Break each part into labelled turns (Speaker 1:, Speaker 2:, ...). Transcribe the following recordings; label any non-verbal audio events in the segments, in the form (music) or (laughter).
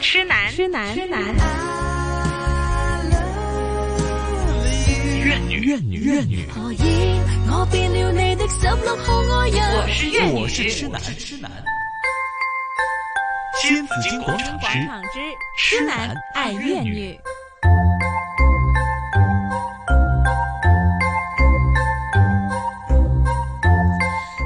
Speaker 1: 痴男，痴男，
Speaker 2: 怨女，怨女，怨女。
Speaker 3: 何以我變了你的十六號愛人？
Speaker 4: 我是粤
Speaker 2: 我是
Speaker 4: 女，
Speaker 2: 痴男，痴男。新紫金广场之
Speaker 1: 广场之痴男爱怨女。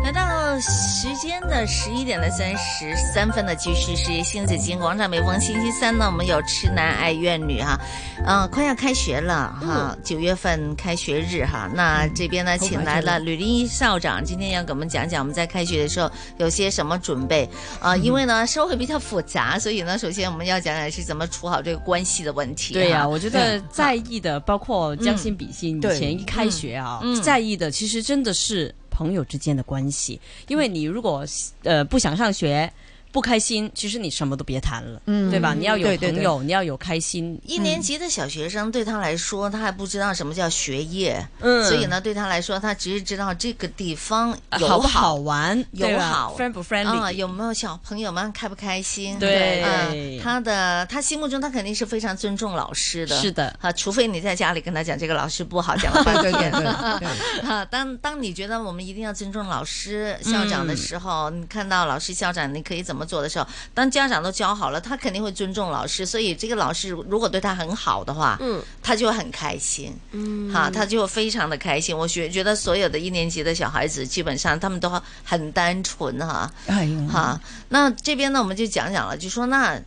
Speaker 4: 来到时间的十一点的三十三分呢，继续是星紫金广场。每逢星期三呢，我们有痴男爱怨女哈，嗯、快要开学了哈，九、月份开学日哈。那这边呢，
Speaker 5: 好
Speaker 4: 请
Speaker 5: 快
Speaker 4: 来
Speaker 5: 就
Speaker 4: 了
Speaker 5: 到
Speaker 4: 吕丽校长，今天要给我们讲讲我们在开学的时候有些什么准备啊、因为呢，社会比较复杂，所以呢，首先我们要讲讲是怎么处好这个关系的问题哈。
Speaker 5: 对呀、我觉得
Speaker 4: 嗯
Speaker 5: 在意的，包括将心比心，以
Speaker 4: 对
Speaker 5: 前一开学啊，
Speaker 4: 嗯嗯
Speaker 5: 在意的其实真的是朋友之间的关系，因为你如果呃不想上学。不开心，其实你什么都别谈了，
Speaker 6: 嗯
Speaker 5: 对吧？你要有
Speaker 6: 对
Speaker 5: 朋友，
Speaker 6: 对对
Speaker 5: 你要有开心，
Speaker 4: 一年级的小学生对他来说，他还不知道什么叫学业，
Speaker 5: 嗯啊
Speaker 4: 所以呢，对他来说，他只是知道这个地方友
Speaker 5: 好不好玩，
Speaker 4: 友
Speaker 5: 对吧
Speaker 4: 好
Speaker 5: ，friend 不
Speaker 4: 啊、
Speaker 5: friendly，、
Speaker 4: 有没有小朋友们开不开心？
Speaker 5: 对
Speaker 4: 嗯他的他心目中他肯定是非常尊重老师的，
Speaker 5: 是的
Speaker 4: 啊，除非你在家里跟他讲这个老师不好，讲了半
Speaker 6: 对
Speaker 5: (laughs)
Speaker 6: 对
Speaker 4: 天。
Speaker 6: 对对
Speaker 1: (laughs)
Speaker 4: 啊，当当你觉得我们一定要尊重老师、校长的
Speaker 1: 嗯
Speaker 4: 时候，你看到老师、校长，你可以怎么做的时候，当家长都教好了，他肯定会尊重老师。所以这个老师如果对他很好的话，
Speaker 1: 嗯，
Speaker 4: 他就很开心，
Speaker 1: 嗯
Speaker 4: 哈、他就非常的开心。我觉觉得所有的一年级的小孩子，基本上他们都很单纯哈、
Speaker 6: 哎呀，
Speaker 4: 好，那这边呢，我们就讲讲了，就说那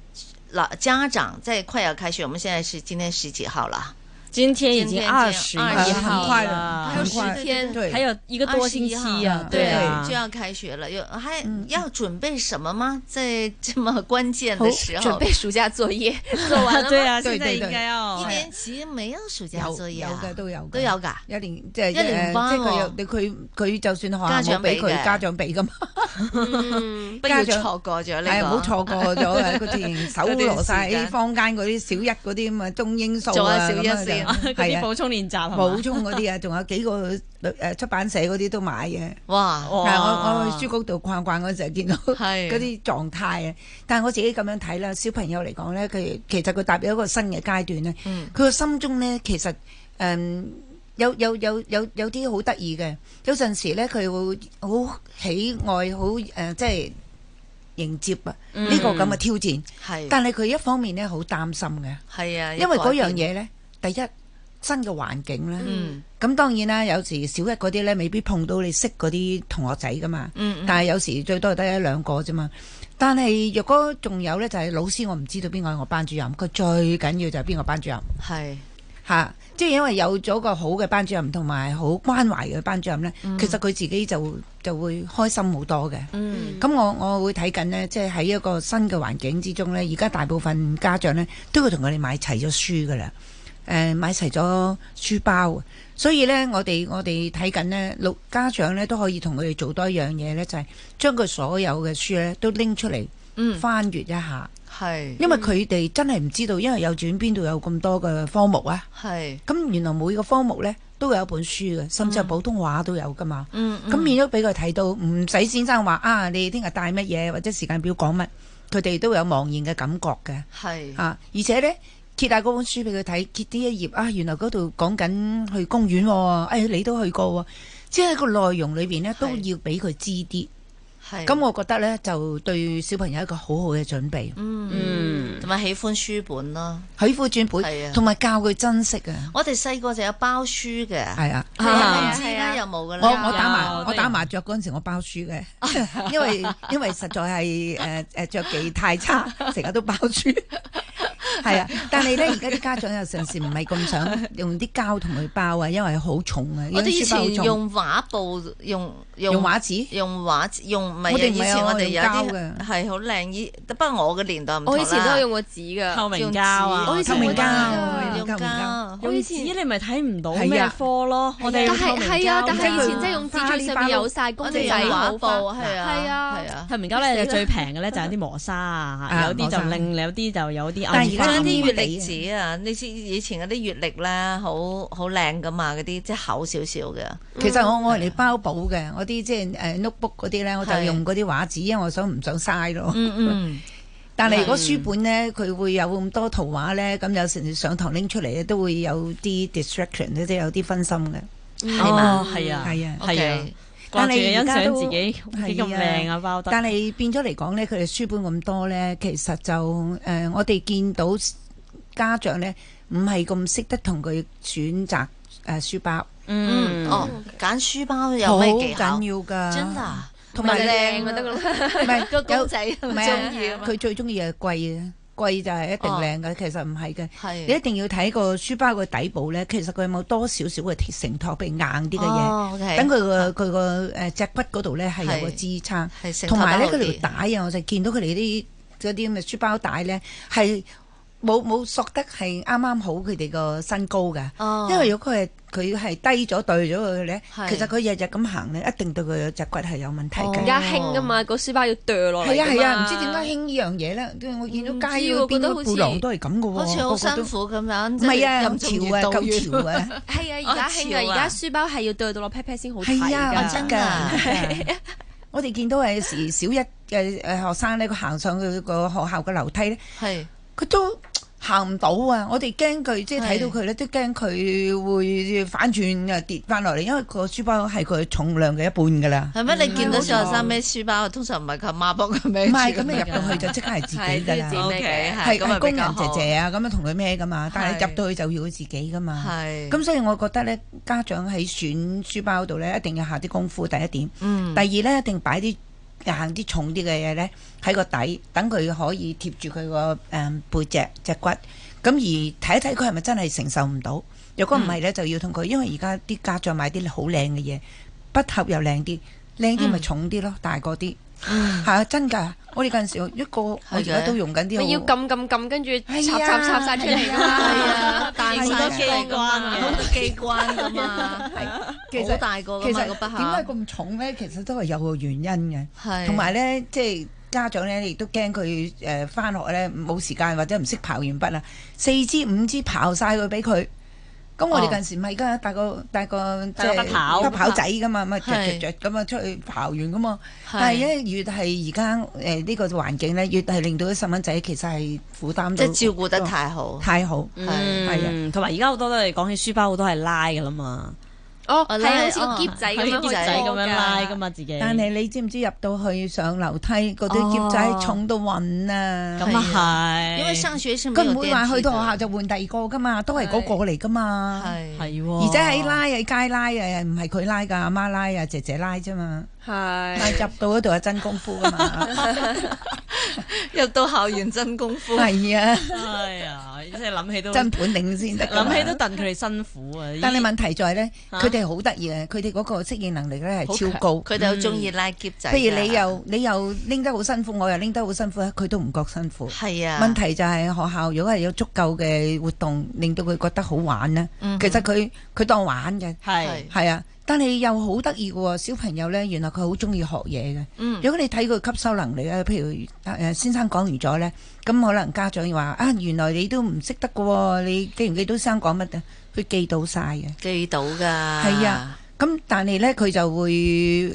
Speaker 4: 老家长在快要开学，我们现在是今天十几号了，
Speaker 5: 今天已
Speaker 4: 今
Speaker 5: 经
Speaker 4: 天
Speaker 5: 二
Speaker 4: 已
Speaker 5: 十
Speaker 4: 经
Speaker 5: 一
Speaker 4: 20
Speaker 5: 号
Speaker 6: 啊很快
Speaker 5: 了
Speaker 6: 了，
Speaker 4: 还有
Speaker 6: 很
Speaker 4: 十
Speaker 6: 快
Speaker 4: 天，
Speaker 6: 对，
Speaker 5: 还有一个多星期呀、
Speaker 4: 21
Speaker 5: 啊，对啊，
Speaker 4: 就要开学了，有还
Speaker 6: 嗯
Speaker 4: 要准备什么吗？在这么关键
Speaker 1: 好
Speaker 4: 的时候
Speaker 1: 准，备暑假作业做完了
Speaker 5: (laughs)
Speaker 1: 吗
Speaker 5: 对啊，
Speaker 6: 对
Speaker 5: 现在
Speaker 6: 对
Speaker 5: 应
Speaker 6: 对
Speaker 5: 该要哎
Speaker 4: 一 (laughs) 年级沒有暑假
Speaker 6: 有
Speaker 4: 作業
Speaker 6: 有
Speaker 4: 啊
Speaker 6: 嘅，都有嘅
Speaker 4: 都有㗎。
Speaker 6: 一年即係
Speaker 4: 一年
Speaker 6: 誒
Speaker 4: 班
Speaker 6: 即係佢有
Speaker 4: 喎
Speaker 6: 你佢佢就算學
Speaker 4: 家
Speaker 6: 校
Speaker 4: 長
Speaker 6: 冇俾
Speaker 4: 俾嘅
Speaker 6: 佢，家長俾噶嘛，
Speaker 1: 嗯，
Speaker 4: 不要
Speaker 6: 家長
Speaker 4: 錯過咗呢、
Speaker 6: 係啊，
Speaker 4: 個，
Speaker 6: 唔好錯過咗
Speaker 4: (laughs)
Speaker 6: 啊！佢哋搜羅晒喺坊間嗰啲小一嗰啲咁啊，中英數
Speaker 4: 做下
Speaker 6: 啊，
Speaker 4: 小一先
Speaker 5: 嗰 (laughs)
Speaker 6: 咁
Speaker 5: 啲
Speaker 6: 係啊，
Speaker 5: 補充練習係嘛
Speaker 6: 補充嗰啲啊，仲有幾個誒出版社嗰啲都買嘅。
Speaker 4: 哇，
Speaker 5: 哇
Speaker 6: 但係啊我我去書局度逛逛嗰陣時見到
Speaker 4: 係
Speaker 6: 哦嗰啲狀態啊，但係我自己咁樣睇啦，小朋友嚟講咧，佢其實佢踏入一個新嘅階段咧，佢
Speaker 4: 嗯
Speaker 6: 個心中咧其實誒、嗯有有有有有啲好得意嘅，有陣時咧佢會好喜愛好誒、呃即係迎接啊
Speaker 4: 嗯
Speaker 6: 呢個咁嘅挑戰，
Speaker 4: 係
Speaker 6: 但係佢一方面咧好擔心嘅，
Speaker 4: 嗯係啊，
Speaker 6: 因為嗰樣
Speaker 4: 要改變，
Speaker 6: 嘢咧，第一新嘅環境咧。
Speaker 4: 嗯
Speaker 6: 咁當然啦，有時小一嗰啲咧，未必碰到你識嗰啲同學仔噶嘛。
Speaker 4: 嗯嗯，
Speaker 6: 但係有時最多係得一兩個啫嘛。但係若果仲有咧，就係、老師我唔知道邊個係我班主任，佢最緊要就係邊個班主任
Speaker 4: 係
Speaker 6: 嚇、即係因為有咗個好嘅班主任同埋好關懷嘅班主任咧，其實佢自己就就會開心好多嘅。
Speaker 4: 嗯
Speaker 6: 咁我我會睇緊呢，即係喺一個新嘅環境之中呢，而家大部分家長呢，都會同佢哋買齊咗書噶啦，誒、買齊咗書包啊，所以呢，我哋我哋睇緊呢，老家長呢都可以同佢哋做多一樣嘢呢，就係、將佢所有嘅書呢都拎出嚟
Speaker 4: 嗯
Speaker 6: 翻閱一下，
Speaker 4: 係
Speaker 6: 因為佢哋真係唔知道，因為幼稚園邊度有咁多嘅科目啊，
Speaker 4: 係嗯
Speaker 6: 咁原來每個科目呢都有一本書嘅，甚至係普通話都有噶嘛。
Speaker 4: 嗯嗯
Speaker 6: 咁變咗俾佢睇到，唔使先生話啊，你聽日帶乜嘢或者時間表講乜，佢哋都有茫然嘅感覺嘅
Speaker 4: 係
Speaker 6: 啊！而且呢，揭下嗰本書俾佢睇，揭啲一頁啊，原來嗰度講緊去公園喎、哎，你都去過喎、即係個內容裏邊呢，都
Speaker 4: 係
Speaker 6: 要俾佢知啲。
Speaker 4: 係
Speaker 6: 咁我覺得呢，就對小朋友一個好好嘅準備，
Speaker 5: 嗯，
Speaker 4: 同埋喜歡書本啦。
Speaker 6: 許富轉
Speaker 4: 係啊
Speaker 6: 本，同埋教佢珍惜啊，
Speaker 4: 我哋細個就有包書嘅，
Speaker 6: 係啊。
Speaker 4: 係啊，
Speaker 1: 係啊
Speaker 4: 唔知而家有冇噶
Speaker 6: 我
Speaker 4: 啦？
Speaker 6: 我打
Speaker 5: 有
Speaker 6: 麻
Speaker 5: 都
Speaker 6: 我
Speaker 5: 有
Speaker 6: 打麻雀哦嗰陣時，我包輸嘅， (laughs) 因為因為實在係誒誒著技太 (laughs) 差，成日都包輸。係啊，但係咧，而家啲家長有陣時唔係咁想用啲膠同佢包啊，因為好重啊，
Speaker 4: 我哋
Speaker 6: 因為
Speaker 4: 以
Speaker 6: 書包好
Speaker 4: 前
Speaker 6: 重
Speaker 4: 用畫布，用用
Speaker 6: 用畫紙，
Speaker 4: 用畫用唔係
Speaker 6: 我哋唔係啊
Speaker 4: 以前我哋有啲
Speaker 6: 我哋用膠嘅
Speaker 4: 係好靚，以不過我嘅年代唔同
Speaker 1: 我
Speaker 4: 啦
Speaker 1: 以前都有用過紙
Speaker 5: 透
Speaker 1: 噶，
Speaker 5: 明膠啊，
Speaker 4: 我以前
Speaker 6: 透明
Speaker 4: 用
Speaker 6: 膠
Speaker 4: 紙用
Speaker 6: 透明
Speaker 4: 膠
Speaker 6: 嗯膠，
Speaker 5: 用紙你咪睇唔到
Speaker 6: 係啊
Speaker 5: 咩科咯，我哋
Speaker 1: 但
Speaker 5: 用
Speaker 1: 係
Speaker 5: 透明
Speaker 1: 係啊
Speaker 5: 膠，
Speaker 1: 但係以前
Speaker 5: 㗎
Speaker 1: 真係用紙張上面有晒公
Speaker 4: 我
Speaker 1: 仔
Speaker 4: 哋用畫
Speaker 1: 好
Speaker 4: 布，
Speaker 1: 花，
Speaker 4: 係啊，
Speaker 1: 係啊
Speaker 4: 係啊。
Speaker 5: 透明膠咧就最平嘅咧就係啲磨砂啊，
Speaker 6: 啊
Speaker 5: 有啲就
Speaker 6: 磨砂
Speaker 5: 令，有啲就有啲
Speaker 6: 但係而家
Speaker 4: 仲有
Speaker 5: 暗
Speaker 4: 啲
Speaker 5: 花
Speaker 4: 月歷紙啊，你知以前嗰啲月歷咧，好好靚噶嘛，嗰啲即係厚少少嘅，
Speaker 6: 其實我我係嚟包簿嘅，呃我啲即係誒 notebook 嗰啲咧，我就
Speaker 4: 係
Speaker 6: 用嗰啲畫紙，因為我想唔想嘥咯。
Speaker 4: 嗯嗯，
Speaker 6: 但係如果書本咧，佢會有咁多圖畫咧，咁有時上堂拎出嚟咧，都會有啲 distraction 咧，即係有啲分心嘅。
Speaker 1: 係
Speaker 5: 哦，係啊，
Speaker 6: 係啊
Speaker 5: 係啊
Speaker 4: OK，
Speaker 5: 掛
Speaker 6: 但
Speaker 5: 住
Speaker 6: 係
Speaker 5: 欣
Speaker 6: 而家
Speaker 5: 賞
Speaker 6: 都
Speaker 5: 自己幾咁靚啊，包得。
Speaker 6: 但係變咗嚟講咧，佢哋書本咁多咧，其實就誒、呃我哋見到家長咧，唔係咁識得同佢選擇誒、呃、書包，
Speaker 4: 嗯，
Speaker 5: 嗯，
Speaker 4: 哦，揀書包有
Speaker 6: 好
Speaker 4: 咩技
Speaker 6: 緊
Speaker 4: 巧？
Speaker 6: 要啊㗎，
Speaker 4: 真啊㗎，
Speaker 6: 同埋咧，
Speaker 1: 靚就得㗎啦，
Speaker 6: 唔 (laughs) 係
Speaker 1: 個
Speaker 6: 有
Speaker 1: 公仔唔
Speaker 6: 唔係啊佢最中意係貴嘅，貴就係一定靚嘅，其實唔係嘅。你一
Speaker 4: 係
Speaker 6: 定要睇個書包個底部咧，其實佢有冇多少少嘅鐵承托，譬如硬啲嘅嘢，
Speaker 4: 哦，OK，
Speaker 6: 等佢個佢個誒脊骨嗰度咧係有個支撐，
Speaker 4: 係成
Speaker 6: 同埋咧
Speaker 4: 頭都好
Speaker 6: 佢條帶啊，我就見到佢哋啲嗰啲咁嘅書包帶咧係冇冇索得係啱啱好佢哋個身高㗎。
Speaker 4: 啲哦，
Speaker 6: 因為如果佢係佢係低咗對咗佢咧，
Speaker 4: 係
Speaker 6: 其實佢日日咁行咧，一定對佢嘅脊骨係有問題
Speaker 4: 哦
Speaker 6: 嘅。
Speaker 1: 而家興噶嘛，個書包要墮落嚟㗎
Speaker 6: 係
Speaker 1: 嘛
Speaker 6: 啊係啊，唔知點解興呢樣嘢咧？因為我見到街嗰邊啲背囊都係咁嘅喎，
Speaker 4: 好似好辛
Speaker 6: 個個都
Speaker 4: 苦咁樣，
Speaker 6: 唔
Speaker 4: 即係
Speaker 6: 係啊，
Speaker 4: 任重而
Speaker 6: 咁潮啊，
Speaker 4: 道
Speaker 6: 夠
Speaker 4: 遠
Speaker 6: 潮啊，
Speaker 1: 係啊，而家興
Speaker 4: 哦潮啊
Speaker 1: 啊，而家書包係要墮到落 pat pat 先好睇
Speaker 6: 係啊，
Speaker 1: 㗎
Speaker 4: 哦真
Speaker 6: 㗎
Speaker 4: 㗎
Speaker 6: 係啊。 (laughs) 我哋見到有時小一嘅誒學生咧，佢行上去個學校嘅樓梯咧，
Speaker 4: 係
Speaker 6: 佢都行唔到啊！我哋驚佢，即係睇到佢咧，都驚佢會反轉啊跌翻落嚟，因為個書包係佢重量嘅一半㗎啦。
Speaker 4: 係咩？你見到小學生孭書包，通常唔係佢媽幫佢孭
Speaker 6: 唔
Speaker 4: 住
Speaker 6: 係咁，
Speaker 4: 樣
Speaker 6: 你入到去就即刻係自己
Speaker 1: 係都
Speaker 6: 㗎
Speaker 1: 要
Speaker 6: 啦。
Speaker 1: 自己孭嘅
Speaker 4: OK，
Speaker 6: 係
Speaker 4: 咁啊
Speaker 6: 係
Speaker 4: 比
Speaker 6: 工
Speaker 4: 較
Speaker 6: 人姐
Speaker 4: 好
Speaker 6: 姐啊，咁樣同佢咩㗎嘛？但係
Speaker 4: 係
Speaker 6: 入到去就要佢自己㗎嘛。
Speaker 4: 係
Speaker 6: 咁所以我覺得咧，家長喺選書包度咧，一定要下啲功夫。第一點，
Speaker 4: 嗯
Speaker 6: 第二咧，一定擺啲硬啲重啲嘅嘢咧喺個底，等佢可以貼住佢個誒背脊脊骨。咁而睇一睇佢係咪真係承受唔到。若
Speaker 4: 嗯
Speaker 6: 果唔係咧，就要同佢，因為而家啲家長買啲好靚嘅嘢，筆盒又靚啲，靚
Speaker 4: 嗯
Speaker 6: 啲咪重啲咯，大個啲。係啊，真㗎！我哋嗰陣時一個，我而家都用緊啲
Speaker 1: 咪要
Speaker 6: 好。
Speaker 1: 撳撳撳，跟住
Speaker 6: 係
Speaker 1: 插
Speaker 6: 啊
Speaker 1: 插插晒出嚟㗎嘛，
Speaker 6: 係
Speaker 4: 啊
Speaker 1: 彈
Speaker 6: 好多
Speaker 4: 機關
Speaker 1: 啊
Speaker 4: 好多機關噶嘛，
Speaker 6: 其
Speaker 4: 好
Speaker 6: 實
Speaker 4: 大個
Speaker 6: 其
Speaker 4: 㗎嘛
Speaker 6: 實
Speaker 4: 個筆
Speaker 6: 點
Speaker 4: 盒
Speaker 6: 解，咁重咧？其實都係有個原因嘅。
Speaker 4: 係
Speaker 6: 同埋咧，即係家長咧，亦都驚佢誒翻學咧冇時間或者唔識刨鉛筆啊，四支五支刨晒佢俾佢。咁我哋
Speaker 4: 哦
Speaker 6: 近時咪而家帶個帶個即
Speaker 5: 帶個
Speaker 6: 係
Speaker 5: 筆刨
Speaker 6: 筆刨仔噶嘛，咪着
Speaker 4: 係
Speaker 6: 着着咁啊出去刨完噶嘛。
Speaker 4: 係
Speaker 6: 但係咧越係而家誒呢個環境咧，越係令到啲細蚊仔其實係負擔
Speaker 4: 即
Speaker 6: 到
Speaker 4: 係照顧得太好，
Speaker 6: 太好。啊
Speaker 4: 係
Speaker 5: 嗯，同埋而家好多都係講起書包，好多係拉㗎啦嘛，
Speaker 1: 哦，
Speaker 4: 哦
Speaker 1: 係啊，
Speaker 4: 拉
Speaker 1: 好似個
Speaker 4: 哦
Speaker 1: 夾仔咁
Speaker 5: 係
Speaker 1: 樣
Speaker 5: 啲仔咁樣拉㗎
Speaker 1: 嘛。
Speaker 5: 嘛，自己。
Speaker 6: 但係你知唔知入到去上樓梯嗰啲
Speaker 5: 哦
Speaker 6: 夾仔重到暈啊！
Speaker 5: 咁啊係，
Speaker 4: 因為上學是沒
Speaker 6: 佢
Speaker 4: 嗯有
Speaker 6: 唔會話
Speaker 4: 電
Speaker 6: 去
Speaker 4: 梯
Speaker 6: 到
Speaker 4: 的
Speaker 6: 學校就換第二個噶嘛，都係嗰個嚟噶嘛。
Speaker 4: 係
Speaker 5: 係喎，
Speaker 6: 而且喺拉喺街拉啊，唔係佢拉噶，阿媽拉啊，姐姐拉啫嘛。
Speaker 1: 係
Speaker 6: 但係入到嗰度係真功夫
Speaker 4: (laughs)
Speaker 6: 噶嘛。
Speaker 4: 入到校園真功夫，(laughs)
Speaker 6: 係啊，
Speaker 5: 係啊，即係諗起都
Speaker 6: 真本領先得㗎嘛。
Speaker 5: 諗起都戥佢哋辛苦啊！
Speaker 6: 但係問題在咧，
Speaker 5: 嚇
Speaker 6: 佢哋好得意啊嘅，佢哋嗰個適應能力咧係超高。嗯
Speaker 4: 佢哋好中意拉夾仔㗎。
Speaker 6: 譬如你又你又拎得好辛苦，我又拎得好辛苦，佢都唔覺辛苦。
Speaker 4: 係啊，
Speaker 6: 問題就係學校如果係有足夠嘅活動，令到佢覺得好玩咧，
Speaker 4: 嗯
Speaker 6: 其實佢佢當玩嘅。
Speaker 5: 係
Speaker 6: 係啊，但係又好得意嘅喎，小朋友咧，原來佢好中意學嘢嘅。
Speaker 4: 嗯
Speaker 6: 如果你睇佢吸收能力咧，譬如誒、呃先生講完咗咧，咁可能家長話啊，原來你都唔識得嘅喎，你記唔記到先生講乜啊？佢記到晒嘅。
Speaker 4: 記到㗎，
Speaker 6: 係啊，咁但係咧，佢就會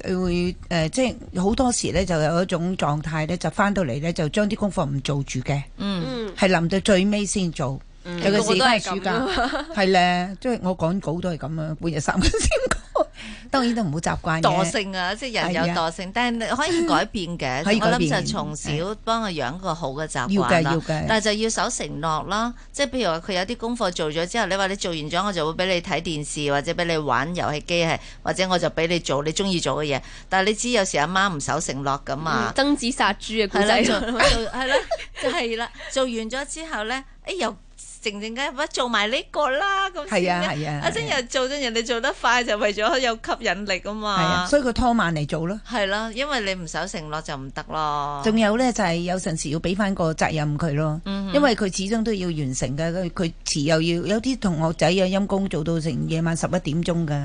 Speaker 6: 會誒、呃即係好多時咧，就有一種狀態咧，就翻到嚟咧，就將啲功課唔做住嘅，
Speaker 4: 嗯，
Speaker 1: 嗯，
Speaker 6: 係臨到最尾先做。尤其
Speaker 1: 個個
Speaker 6: 是
Speaker 1: 都
Speaker 6: 都係
Speaker 1: 係
Speaker 6: 暑
Speaker 1: 咁
Speaker 6: 假，係咧，即係我講稿都係咁啊，半日三更先講，當然都唔好
Speaker 4: (laughs)
Speaker 6: 習慣
Speaker 4: 惰
Speaker 6: 嘅。
Speaker 4: 性啊，即係人有
Speaker 6: 嗯係啊
Speaker 4: 惰性，但係你可以改變嘅。
Speaker 6: (laughs) 可以
Speaker 4: 我
Speaker 6: 改變
Speaker 4: 諗就從小幫佢養個好嘅習
Speaker 6: 要嘅
Speaker 4: 慣
Speaker 6: 要
Speaker 4: 啦。
Speaker 6: 嘅，
Speaker 4: 啊但係就要守承諾啦，即係譬如話佢有啲功課做咗之後，你話你做完咗，我就會俾你睇電視或者俾你玩遊戲機係，或者我就俾你做你中意做嘅嘢。但係你知有時阿媽唔守承諾㗎嘛
Speaker 1: 嗯，曾子殺豬嘅故
Speaker 4: 係啦，
Speaker 1: 仔，
Speaker 4: 做做 (laughs) 係啦，就係啦，做完咗之後咧，誒又靜靜雞，喂做埋呢個啦，咁
Speaker 6: 係
Speaker 4: 先
Speaker 6: 啊
Speaker 4: 嘅
Speaker 6: 係啊
Speaker 4: 阿晶
Speaker 6: 係啊
Speaker 4: 又做咗人哋做得快，就為咗有吸引力啊
Speaker 6: 係啊，
Speaker 4: 嘛。
Speaker 6: 所以佢拖慢嚟做咯。
Speaker 4: 係啦，因為你唔守承諾就唔得咯。
Speaker 6: 仲有咧就係有陣時要俾翻個責任佢咯，
Speaker 4: 嗯哼
Speaker 6: 因為佢始終都要完成嘅，佢佢遲又要有啲同學仔啊陰公做到成夜晚十一點鐘㗎，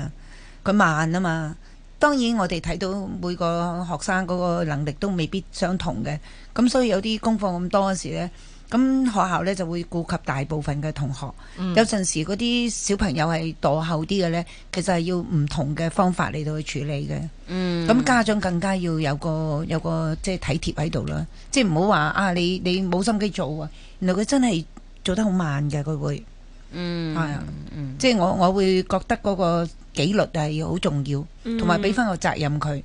Speaker 6: 佢慢啊嘛。當然我哋睇到每個學生嗰個能力都未必相同嘅，咁所以有啲功課咁多嗰時咧，咁咁學校咧就會顧及大部分嘅同學。
Speaker 4: 嗯
Speaker 6: 有陣時嗰啲小朋友係墮後啲嘅咧，其實係要唔同嘅方法嚟到去處理嘅。
Speaker 5: 嗯，
Speaker 6: 咁家長更加要有個有個即係體貼喺度啦，即係唔好話啊你你冇心機做啊，原來佢真係做得好慢嘅，佢會係
Speaker 5: 嗯
Speaker 6: 啊，
Speaker 5: 嗯
Speaker 6: 即係我我會覺得嗰個紀律係好重要，
Speaker 1: 嗯
Speaker 6: 同埋俾翻個責任佢。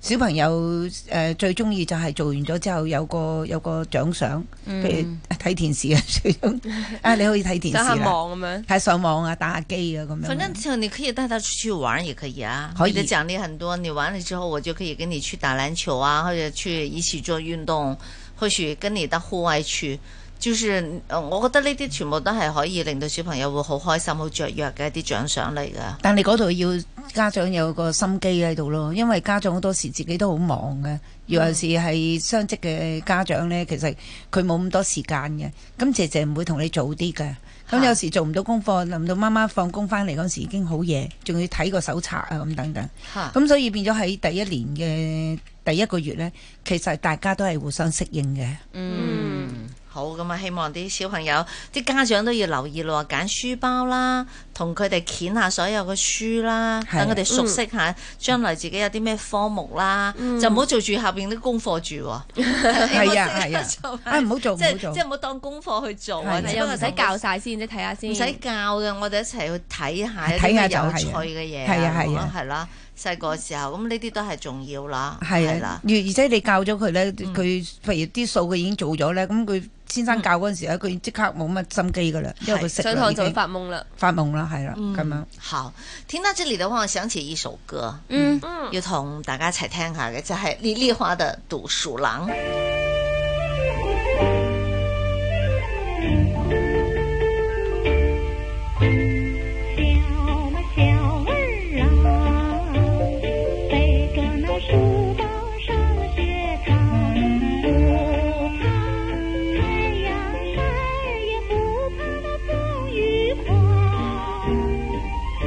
Speaker 6: 小朋友誒、呃最中意就係做完咗之後有個有個獎賞，譬如睇電視啊，最中啊你可以睇電
Speaker 1: 上下
Speaker 6: 視啦，
Speaker 1: 網咁樣。
Speaker 6: 睇上網啊，打下機啊咁樣。
Speaker 4: 反正就你可以帶他出去玩，也可以啊。
Speaker 6: 可以
Speaker 4: 你的獎勵很多，你玩了之後，我就可以跟你去打籃球啊，或者去一起做運動，或許跟你到戶外去。就是，呃我覺得呢啲全部都係可以令到小朋友會好開心、好雀躍嘅一啲獎賞嚟噶。
Speaker 6: 但你嗰度要家長有個心機喺度咯，因為家長好多時自己都好忙嘅，尤其是係雙職嘅家長呢，其實佢冇咁多時間嘅，咁姐姐唔會同你早啲嘅。咁
Speaker 4: 嚇
Speaker 6: 有時做唔到功課，臨到媽媽放工翻嚟嗰時已經好夜，仲要睇個手冊啊咁等等。
Speaker 4: 嚇，
Speaker 6: 咁所以變咗喺第一年嘅第一個月呢，其實大家都係互相適應 (laughs) 嘅。
Speaker 1: 嗯，
Speaker 4: 好咁啊！希望啲小朋友、啲家長都要留意咯，揀書包啦，同佢哋揀下所有嘅書啦，
Speaker 6: 係嗯
Speaker 4: 等佢哋熟悉下將來自己有啲咩科目啦，就唔好做住下邊啲功課住喎。
Speaker 6: 係啊係啊，啊唔好做唔
Speaker 4: 即
Speaker 6: 好
Speaker 4: 係
Speaker 6: 做
Speaker 4: 即係，唔好當功課去做啊！
Speaker 6: 係
Speaker 4: 只
Speaker 1: 係
Speaker 4: 不
Speaker 1: 啊，
Speaker 4: 過
Speaker 1: 唔使教晒先，即係睇下先。
Speaker 4: 唔使教嘅，我哋一齊去睇下一啲
Speaker 6: 睇
Speaker 4: 咩
Speaker 6: 下
Speaker 4: 有
Speaker 6: 就係啊
Speaker 4: 趣嘅嘢
Speaker 6: 係啊係
Speaker 4: 咁
Speaker 6: 啊
Speaker 4: 係啦。細個時候咁呢啲都係重要啦，係
Speaker 6: 係
Speaker 4: 啦
Speaker 6: 啊，。而而且你教咗佢咧，佢譬如啲數佢已經做咗咧，咁佢先生教嗰陣時咧，佢即刻冇乜心機噶啦，因為佢識
Speaker 1: 上
Speaker 6: 啦
Speaker 1: 堂
Speaker 6: 已
Speaker 1: 就會
Speaker 6: 經
Speaker 1: 發夢啦。
Speaker 6: 發夢啦，係啦
Speaker 4: 嗯
Speaker 6: 咁樣。
Speaker 4: 好，聽到這裡的話，我想起一首歌，
Speaker 5: 嗯
Speaker 4: 要同大家一齊聽下嘅，就係李麗華的《獨鼠狼》。
Speaker 7: 小嘛小儿啊，背着那书包上学堂，不怕太阳晒，也不怕那风雨狂，只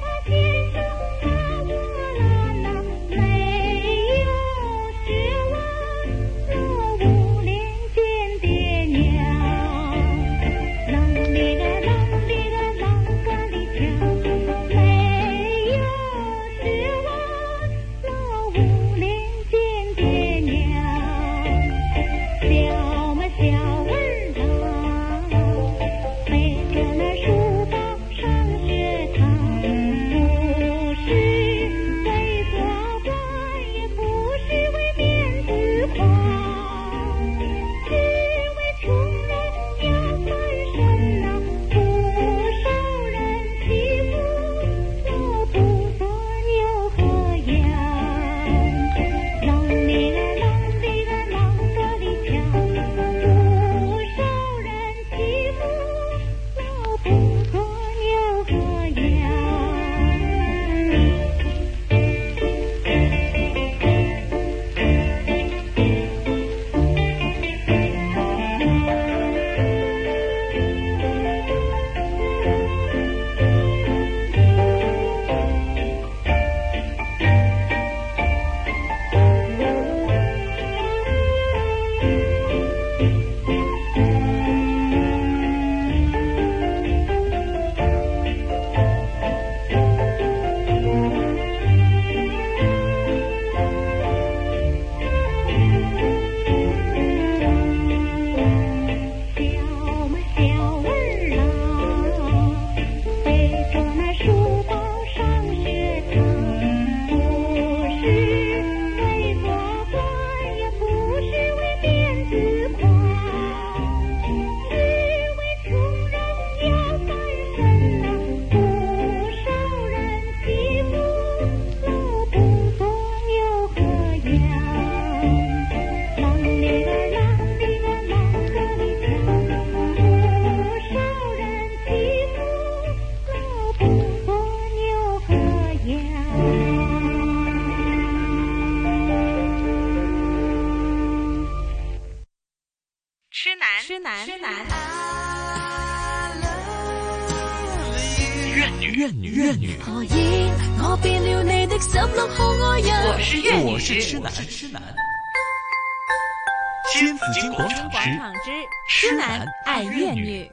Speaker 7: 怕天上飘过了那没有绝望，若无脸见爹娘。啷个哩个啷哩个啷个哩跳，没有失望，那五连见爹娘，小嘛小儿郎，背着那书包上学堂，不是为做官，也不是为面子狂。只为穷人呀翻身呐，不受人欺负，我不算有何样？啷哩个啷哩个啷个哩跳，不受人欺负，我不算有何样？小嘛小儿郎，背着那书包上学堂，不是为做官，也不是为面子狂，只为穷人呀翻身呐，不受人欺负，我不算有何样？啷哩个啷哩个啷个哩跳，不受人欺负，我不算有何样？
Speaker 8: 痴男，痴男，痴男。
Speaker 2: 怨女，怨女，怨女。
Speaker 3: 何以我變了你的十六號愛人？
Speaker 2: 我是痴男，痴男。新紫金广场之
Speaker 8: 场之
Speaker 2: 痴男爱怨女。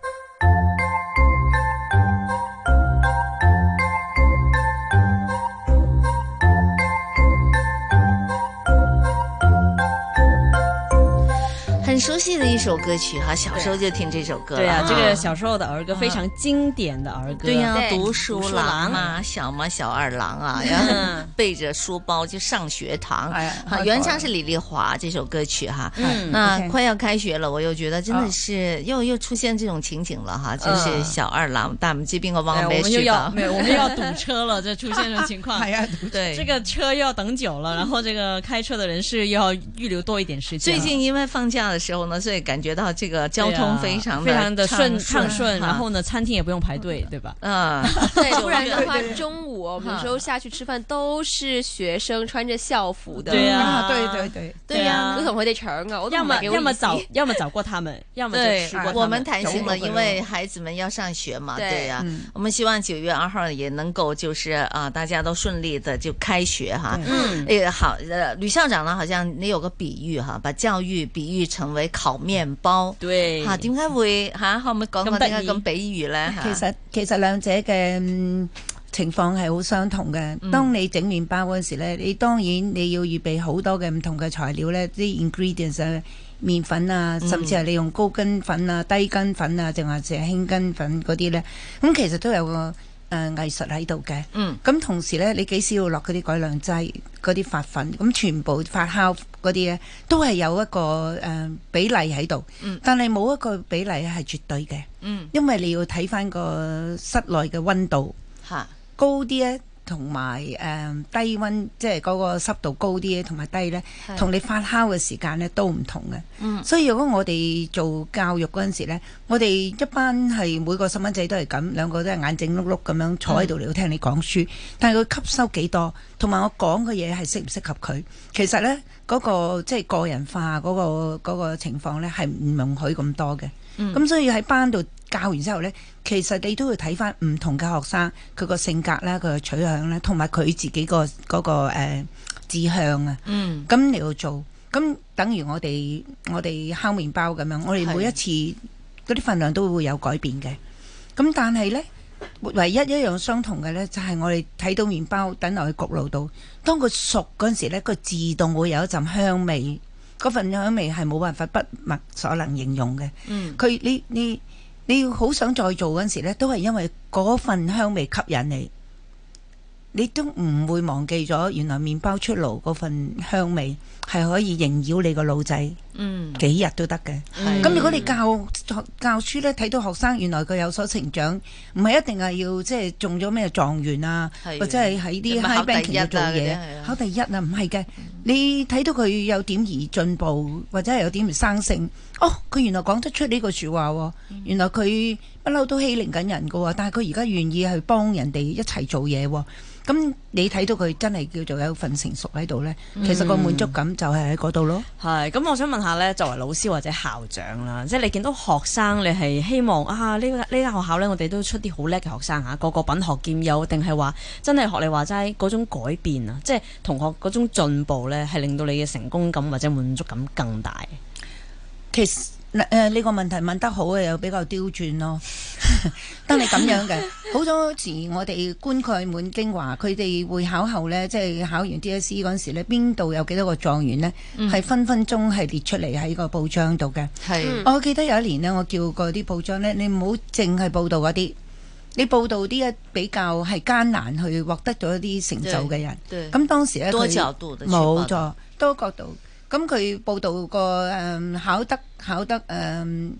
Speaker 4: 很熟悉的一首歌曲哈，小时候就听这首歌了。嗯
Speaker 5: 对
Speaker 6: 啊
Speaker 5: 呀、
Speaker 4: 哈
Speaker 5: 这个小时候的儿歌非常经典的儿歌。
Speaker 4: 啊对呀、
Speaker 1: 对
Speaker 4: 读书
Speaker 5: 读书
Speaker 4: 郎
Speaker 5: 郎嗯
Speaker 4: 啊，小嘛小二郎
Speaker 5: (laughs)
Speaker 4: 啊，然后背着书包就上学堂。
Speaker 6: 哎呀
Speaker 4: 啊，
Speaker 6: 太
Speaker 4: 原
Speaker 6: 好
Speaker 4: 唱
Speaker 6: 了
Speaker 4: 是李丽华这首歌曲哈。
Speaker 5: 嗯
Speaker 4: 那
Speaker 6: OK
Speaker 4: 快要开学了，我又觉得真的
Speaker 6: 啊
Speaker 4: 是又又出现这种情景了哈，就是
Speaker 5: 嗯
Speaker 4: 小二郎，但我们这边我忘
Speaker 5: 哎
Speaker 4: 了哦
Speaker 5: 我
Speaker 4: 没
Speaker 5: 们又
Speaker 4: 去
Speaker 5: 要 (laughs)
Speaker 4: 吧。
Speaker 5: 没有，我们又要堵
Speaker 4: (laughs)
Speaker 5: 车了，这出现这种情况。
Speaker 6: 系啊，
Speaker 4: 对，
Speaker 5: 这个车又要等久了，然后这个开车的人是又要预留多一点时间
Speaker 4: 最
Speaker 5: 了。
Speaker 4: 近因为放假的时候呢，所以感觉到这个交
Speaker 5: 对啊
Speaker 4: 通非常
Speaker 5: 非常的顺
Speaker 4: 畅啊
Speaker 5: 畅顺，
Speaker 4: 哈
Speaker 5: 然后呢，餐厅也不用排队，对吧？
Speaker 4: 嗯，
Speaker 1: 对，不然
Speaker 6: 对
Speaker 1: 的话
Speaker 6: 对，对
Speaker 1: 中午我们有时候下去吃饭都是学生穿着校服的，
Speaker 5: 对呀
Speaker 6: 啊，对对對，
Speaker 4: 对呀、
Speaker 1: 佢同佢哋搶啊，我都
Speaker 5: 要
Speaker 1: 唔
Speaker 5: 么
Speaker 1: 係幾好
Speaker 5: 要么
Speaker 1: 意思
Speaker 5: 早，要么早过他们，要么就
Speaker 4: 对
Speaker 5: 迟过他，
Speaker 4: 我们弹性了，
Speaker 6: 有
Speaker 4: 因为孩子们要上学嘛，
Speaker 1: 对
Speaker 4: 对呀、
Speaker 6: 嗯
Speaker 4: 我们希望九月二号也能够就是啊、大家都顺利的就开学哈。
Speaker 6: 对
Speaker 5: 嗯，
Speaker 4: 哎，好，呃，吕校长呢，好像你有个比喻哈，把教育比喻成为烤面包。
Speaker 5: 对，
Speaker 4: 吓，點解會吓？可唔可以講講
Speaker 5: 咁得
Speaker 4: 點解
Speaker 5: 意
Speaker 4: 咁比喻咧？吓
Speaker 6: 其實其實兩者嘅嗯情況係好相同嘅。當你整麵包嗰陣時咧，你當然你要預備好多嘅唔同嘅材料咧，啲 ingredients 啊、麵粉啊，甚至係你用高筋粉啊、低筋粉啊，定還是係輕筋粉嗰啲咧，咁其實都有個誒藝術喺度嘅。
Speaker 4: 嗯
Speaker 6: 咁同時咧，你幾時要落嗰啲改良劑、嗰啲發粉，咁全部發酵嗰啲咧，都係有一個誒、呃比例喺度。
Speaker 4: 嗯
Speaker 6: 但係冇一個比例係絕對嘅。
Speaker 4: 嗯
Speaker 6: 因為你要睇翻個室內嘅温度
Speaker 4: 吓
Speaker 6: 高啲咧，同埋誒低温，即係嗰個濕度高啲咧，同埋低咧，
Speaker 4: 係
Speaker 6: 同你發酵嘅時間咧都唔同嘅。
Speaker 4: 嗯
Speaker 6: 所以如果我哋做教育嗰陣時咧，我哋一班係每個細蚊仔都係咁，兩個都係眼睛碌碌咁樣坐喺度嚟聽你講書，但係佢吸收幾多，同埋我講嘅嘢係適唔適合佢，其實咧嗰、個即係個人化嗰、個嗰、個情況咧係唔容許咁多嘅。
Speaker 4: 嗯
Speaker 6: 咁所以喺班度教完之後呢，其實你都會睇翻唔同嘅學生佢個性格啦、佢嘅取向啦，同埋佢自己個嗰、個、呃、志向啊。
Speaker 4: 嗯
Speaker 6: 咁你要做，咁等於我哋我哋烤麵包咁樣，我哋每一次嗰啲份量都會有改變嘅。咁但係呢，唯一一樣相同嘅呢，就係、我哋睇到麵包等落去焗爐度，當佢熟嗰陣時咧，佢自動會有一陣香味，嗰份香味係冇辦法筆墨所能形容嘅。
Speaker 4: 嗯
Speaker 6: 佢你你你要好想再做嗰陣時咧，都係因為嗰份香味吸引你，你都唔會忘記咗原來麵包出爐嗰份香味係可以縈繞你個腦仔
Speaker 4: 嗯，
Speaker 6: 幾日都得嘅。
Speaker 4: 係
Speaker 6: 咁如果你教教書咧，睇到學生原來佢有所成長，唔係一定係要即係中咗咩狀元啊，
Speaker 4: 係
Speaker 6: 或者係喺啲
Speaker 4: 咁啊
Speaker 6: high
Speaker 4: 考第一
Speaker 6: banking
Speaker 4: 啊
Speaker 6: 度做
Speaker 4: 嗰啲係
Speaker 6: 嘢
Speaker 4: 啊
Speaker 6: 考第一啊，唔係嘅。你睇到佢有點而進步，或者係有點而生性，哦，佢原來講得出呢個説話喎，
Speaker 4: 嗯
Speaker 6: 原來佢不嬲都欺凌緊人嘅喎，但係佢而家願意去幫人哋一齊做嘢喎。咁你睇到佢真係叫做有份成熟喺度呢，其實個
Speaker 4: 嗯
Speaker 6: 滿足感就係喺嗰度咯。
Speaker 5: 係咁，我想問下咧，作為老師或者校長啦，即係你見到學生，你係希望啊呢呢間學校咧，我哋都出啲好叻嘅學生嚇，個個品學兼優，定係話真係學你話齋嗰種改變啊，即係同學嗰種進步咧，係令到你嘅成功感或者滿足感更大。
Speaker 6: 其實嗱誒呢個問題問得好嘅又比較刁鑽咯， (laughs) 得你咁
Speaker 4: (laughs)
Speaker 6: 樣嘅。好多時我哋觀概滿京華，佢哋會考後呢，即係考完 DSE 嗰陣時咧，邊度有幾多個狀元呢？
Speaker 4: 嗯
Speaker 6: 係、分分鐘係列出嚟喺個報章度嘅。
Speaker 4: 係
Speaker 6: 我記得有一年呢，我叫過啲報章呢，你唔好淨係報導嗰啲，你報導啲一比較係艱難去獲得咗一啲成就嘅人。
Speaker 4: 對
Speaker 6: 咁當時咧，
Speaker 4: 多
Speaker 6: 佢
Speaker 4: 角度的去
Speaker 6: 冇
Speaker 4: 報道
Speaker 6: 錯，多角度。咁佢報道個誒、嗯考得考得誒誒、嗯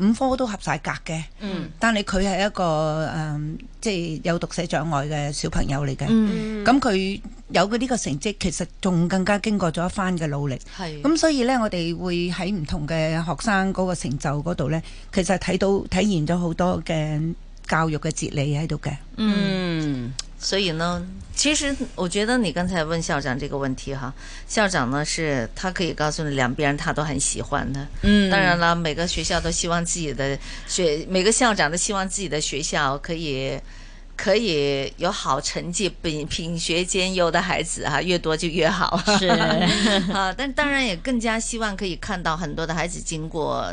Speaker 6: 五科都合晒格嘅，
Speaker 5: 嗯
Speaker 6: 但係佢係一個誒、嗯即係有讀寫障礙嘅小朋友嚟嘅。
Speaker 4: 嗯
Speaker 1: 嗯
Speaker 6: 咁佢、有嘅呢個成績，其實仲更加經過咗一番嘅努力。
Speaker 4: 係
Speaker 6: 咁所以呢，我哋會喺唔同嘅學生嗰個成就嗰度呢，其實睇到體現咗好多嘅教育嘅哲理喺度嘅。
Speaker 4: 嗯。
Speaker 5: 嗯，
Speaker 4: 所以呢，其实我觉得你刚才问校长这个问题哈，校长呢是他可以告诉你两边他都很喜欢的。
Speaker 5: 嗯
Speaker 4: 当然了，每个学校都希望自己的学，每个校长都希望自己的学校可以。可以有好成绩、品品学兼优的孩子啊，越多就越好。
Speaker 5: 是
Speaker 4: (laughs) 啊，但当然也更加希望可以看到很多的孩子经过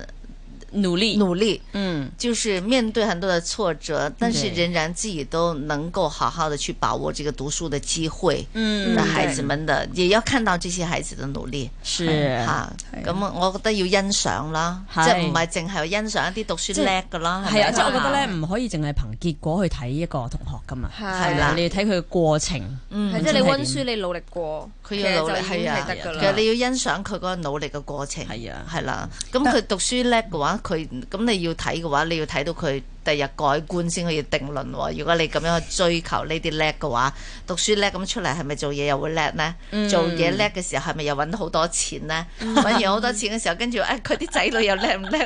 Speaker 5: 努力，
Speaker 4: 努力，
Speaker 5: 嗯，
Speaker 4: 就是面对很多的挫折，但是仍然自己都能够好好的去把握这个读书的机会。
Speaker 5: 嗯
Speaker 4: 的孩子们的也要看到这些孩子嘅努力。
Speaker 5: 是
Speaker 4: 吓，咁我覺得要欣賞啦，即
Speaker 5: 係
Speaker 4: 係唔係淨係欣賞一啲讀書叻噶啦，
Speaker 5: 係啊，
Speaker 4: 咪
Speaker 5: 即係我覺得咧，，唔可以淨係憑結果去睇一個同學噶嘛，
Speaker 1: 係
Speaker 4: 啦
Speaker 5: 你要睇佢嘅過程。
Speaker 4: 嗯
Speaker 1: 係即係你温書，你努力過，
Speaker 4: 佢要努力
Speaker 1: 其實就
Speaker 4: 係
Speaker 1: 已經
Speaker 4: 啊，
Speaker 1: 係
Speaker 4: 其
Speaker 1: 得㗎
Speaker 4: 實
Speaker 1: 啦。
Speaker 4: 你要欣賞佢嗰個努力嘅過程，
Speaker 5: 係啊
Speaker 4: 係啦。咁佢讀書叻嘅話，佢咁你要睇嘅話，你要睇到佢第日改觀先可以定論喎。如果你咁樣去追求呢啲叻嘅話，讀書叻咁出嚟係咪做嘢又會叻呢？做嘢叻嘅時候係咪又揾到好多錢呢？揾完好多錢嘅時候，跟住誒佢啲仔女又叻唔叻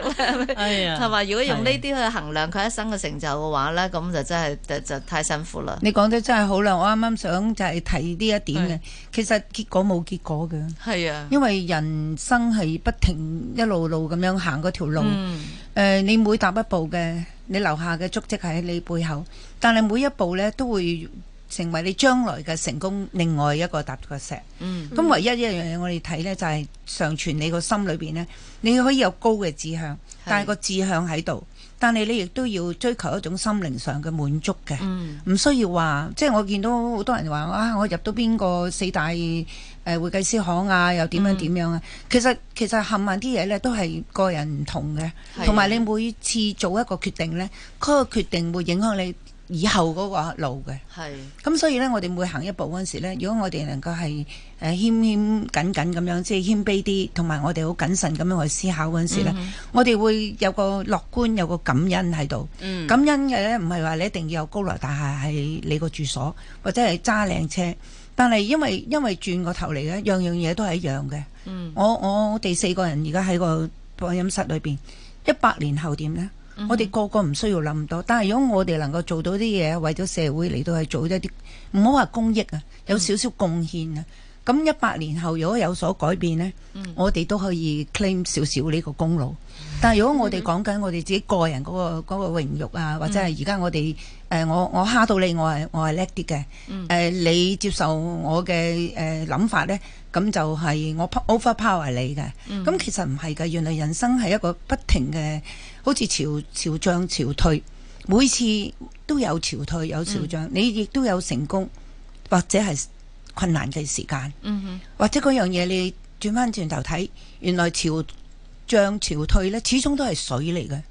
Speaker 4: 呢？
Speaker 5: 哎呀
Speaker 4: 係嘛？如果用呢啲去衡量佢一生嘅成就嘅話咧，咁就真係就就太辛苦啦。
Speaker 6: 你講得真係好啦，我啱啱想就係提呢一點嘅。其實結果冇結果嘅，
Speaker 4: 係啊，
Speaker 6: 因為人生係不停一路路咁樣行嗰條路。
Speaker 4: 嗯，
Speaker 6: 誒、你每踏一步嘅，你留下嘅足跡喺你背後，但係每一步咧都會成為你將來嘅成功另外一個踏腳石。
Speaker 4: 嗯，
Speaker 6: 咁唯一一樣嘢我哋睇咧就係、上傳你個心裏邊咧，你可以有高嘅志向，但係個志向喺度，但係你亦都要追求一種心靈上嘅滿足嘅。
Speaker 4: 嗯，
Speaker 6: 唔需要話，即係我見到好多人話啊，我入到邊個四大誒、呃、會計師行啊，又
Speaker 4: 嗯
Speaker 6: 點樣點樣啊。其實其實冚唪唥啲嘢咧都係個人唔同嘅，
Speaker 4: 係
Speaker 6: 同埋你每次做一個決定咧，嗰、個決定會影響你以後嗰個路嘅。
Speaker 4: 係。
Speaker 6: 咁所以咧，我哋每行一步嗰陣時咧，如果我哋能夠係誒謙謙緊緊咁樣，即係謙卑啲，同埋我哋好謹慎咁樣去思考嗰陣時咧，我哋會有個樂觀，有個感恩喺度。
Speaker 5: 嗯
Speaker 6: 感恩嘅咧，唔係話你一定要有高樓大廈係你個住所，或者係揸靚車，但係因為因為轉個頭嚟咧，樣樣嘢都係一樣嘅。
Speaker 4: 嗯
Speaker 6: 我我哋四個人而家喺個播音室裏邊，一百年後點呢？我哋個個唔需要諗咁多，但係如果我哋能夠做到啲嘢，為咗社會嚟到係做一啲，唔好話公益啊，有少少貢獻啊。咁一百年後如果有所改變呢，我哋都可以 claim 少少呢個功勞。但係如果我哋講緊我哋自己個人嗰、個嗰、個榮辱啊，或者係而家我哋誒、呃我我蝦到你，我係我係叻啲嘅。誒、你接受我嘅誒諗法咧，咁就係我 po- overpower 你嘅。咁、其實唔係嘅，原來人生係一個不停嘅，好似潮潮漲潮退，每次都有潮退有潮漲，你亦都有成功或者係困難嘅時間。或者嗰樣嘢你轉翻轉頭睇，原來潮漲潮退咧，始終都係水嚟嘅，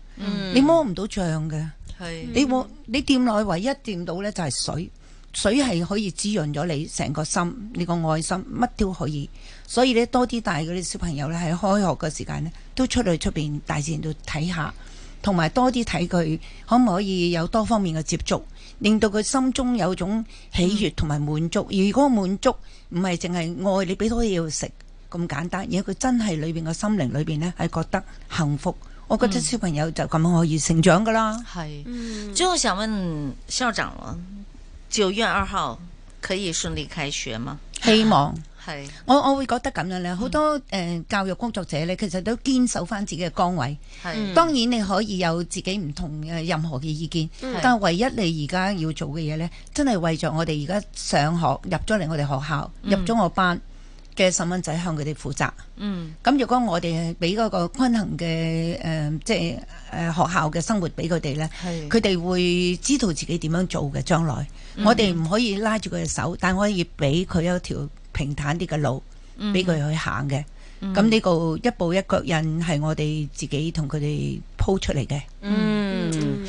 Speaker 6: 你摸唔到漲嘅，
Speaker 4: 係
Speaker 6: 你摸你掂內唯一掂到咧就係水，水係可以滋潤咗你成個心，你個愛心乜都可以，所以咧多啲帶嗰啲小朋友咧喺開學嘅時間咧，都出去出邊大自然度睇下。同埋多啲睇佢可唔可以有多方面嘅接觸，令到佢心中有種喜悅同埋滿足。如果滿足唔係淨係愛你俾多嘢佢食咁簡單，而係佢真係裏邊個心靈裏邊呢係覺得幸福。我覺得小朋友就咁可以成長噶啦。
Speaker 4: 系，
Speaker 5: 嗯
Speaker 4: 最后想问校长了，九月二号可以顺利开学吗？
Speaker 6: 希望
Speaker 4: 系，
Speaker 6: 我我會覺得咁樣咧，好多誒、呃教育工作者咧，其實都堅守翻自己嘅崗位。
Speaker 5: 嗯
Speaker 4: 系，
Speaker 6: 當然你可以有自己唔同嘅任何嘅意見，但係唯一你而家要做嘅嘢呢，真係為咗我哋而家上學入咗嚟我哋學校，入咗我班嘅細蚊仔向佢哋負責。
Speaker 4: 嗯
Speaker 6: 咁如果我哋係俾嗰個均衡嘅誒、呃即係誒、呃、學校嘅生活俾佢哋呢，
Speaker 4: 係
Speaker 6: 佢哋會知道自己點樣做嘅將來。我哋唔可以拉住佢嘅手，但我可以俾佢一條平坦啲嘅路，俾佢去行嘅。咁呢個一步一腳印係我哋自己同佢哋鋪出嚟嘅。
Speaker 5: 嗯，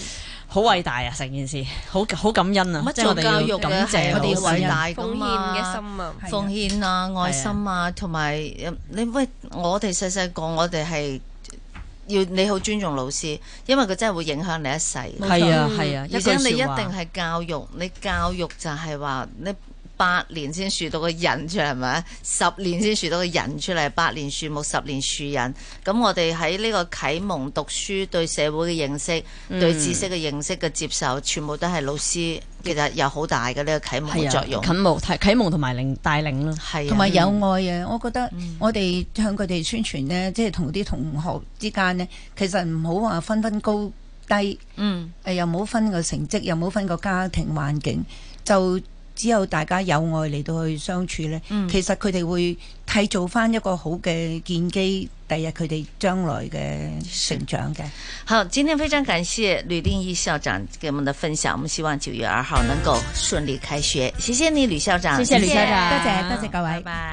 Speaker 5: 好偉大啊！成件事，好好感恩啊！
Speaker 4: 乜
Speaker 5: 即係
Speaker 4: 做
Speaker 5: 我哋
Speaker 4: 教
Speaker 5: 要
Speaker 4: 育
Speaker 5: 感
Speaker 4: 嘅嗯係
Speaker 5: 謝啊
Speaker 6: 我哋
Speaker 4: 好伟
Speaker 6: 偉
Speaker 4: 大噶
Speaker 1: 嗯奉獻
Speaker 4: 嘛？
Speaker 1: 嘅心啊，
Speaker 6: 係啊
Speaker 4: 奉獻啊、愛心啊，同埋嗯你喂，我哋細細個，我哋係要你好尊重老師，因為佢真係會影響你一世。
Speaker 5: 係啊係啊，
Speaker 4: 而且你一定
Speaker 5: 係
Speaker 4: 係教育，你教育就係話你八年先樹到個人出嚟，係咪？十年先樹到個人出嚟，八年樹木，十年樹人。咁我哋喺呢個啟蒙讀書對社會嘅認識、對知識嘅認識嘅接受，全部都係老師其實有好大嘅呢個啟蒙嘅
Speaker 5: 啊
Speaker 4: 作用。
Speaker 5: 啟蒙啟啟蒙同埋領帶領咯。
Speaker 4: 係啊
Speaker 6: 同埋有愛啊！我覺得我哋向佢哋宣傳呢，即係同啲同學之間呢，其實唔好話分分高低，
Speaker 4: 嗯
Speaker 6: 誒又冇分個成績，又冇分個家庭環境，就只有大家有愛嚟到去相處呢。
Speaker 4: 嗯
Speaker 6: 其實佢哋會締造翻一個好嘅建基，第日佢哋將來嘅成長嘅。
Speaker 4: 好，今天非常感谢吕定一校长给我们的分享，我们希望九月二号能够顺利开学，谢谢你，吕校长，
Speaker 5: 谢谢吕校长
Speaker 4: 谢
Speaker 5: 多
Speaker 2: 謝多謝各位
Speaker 4: 拜拜。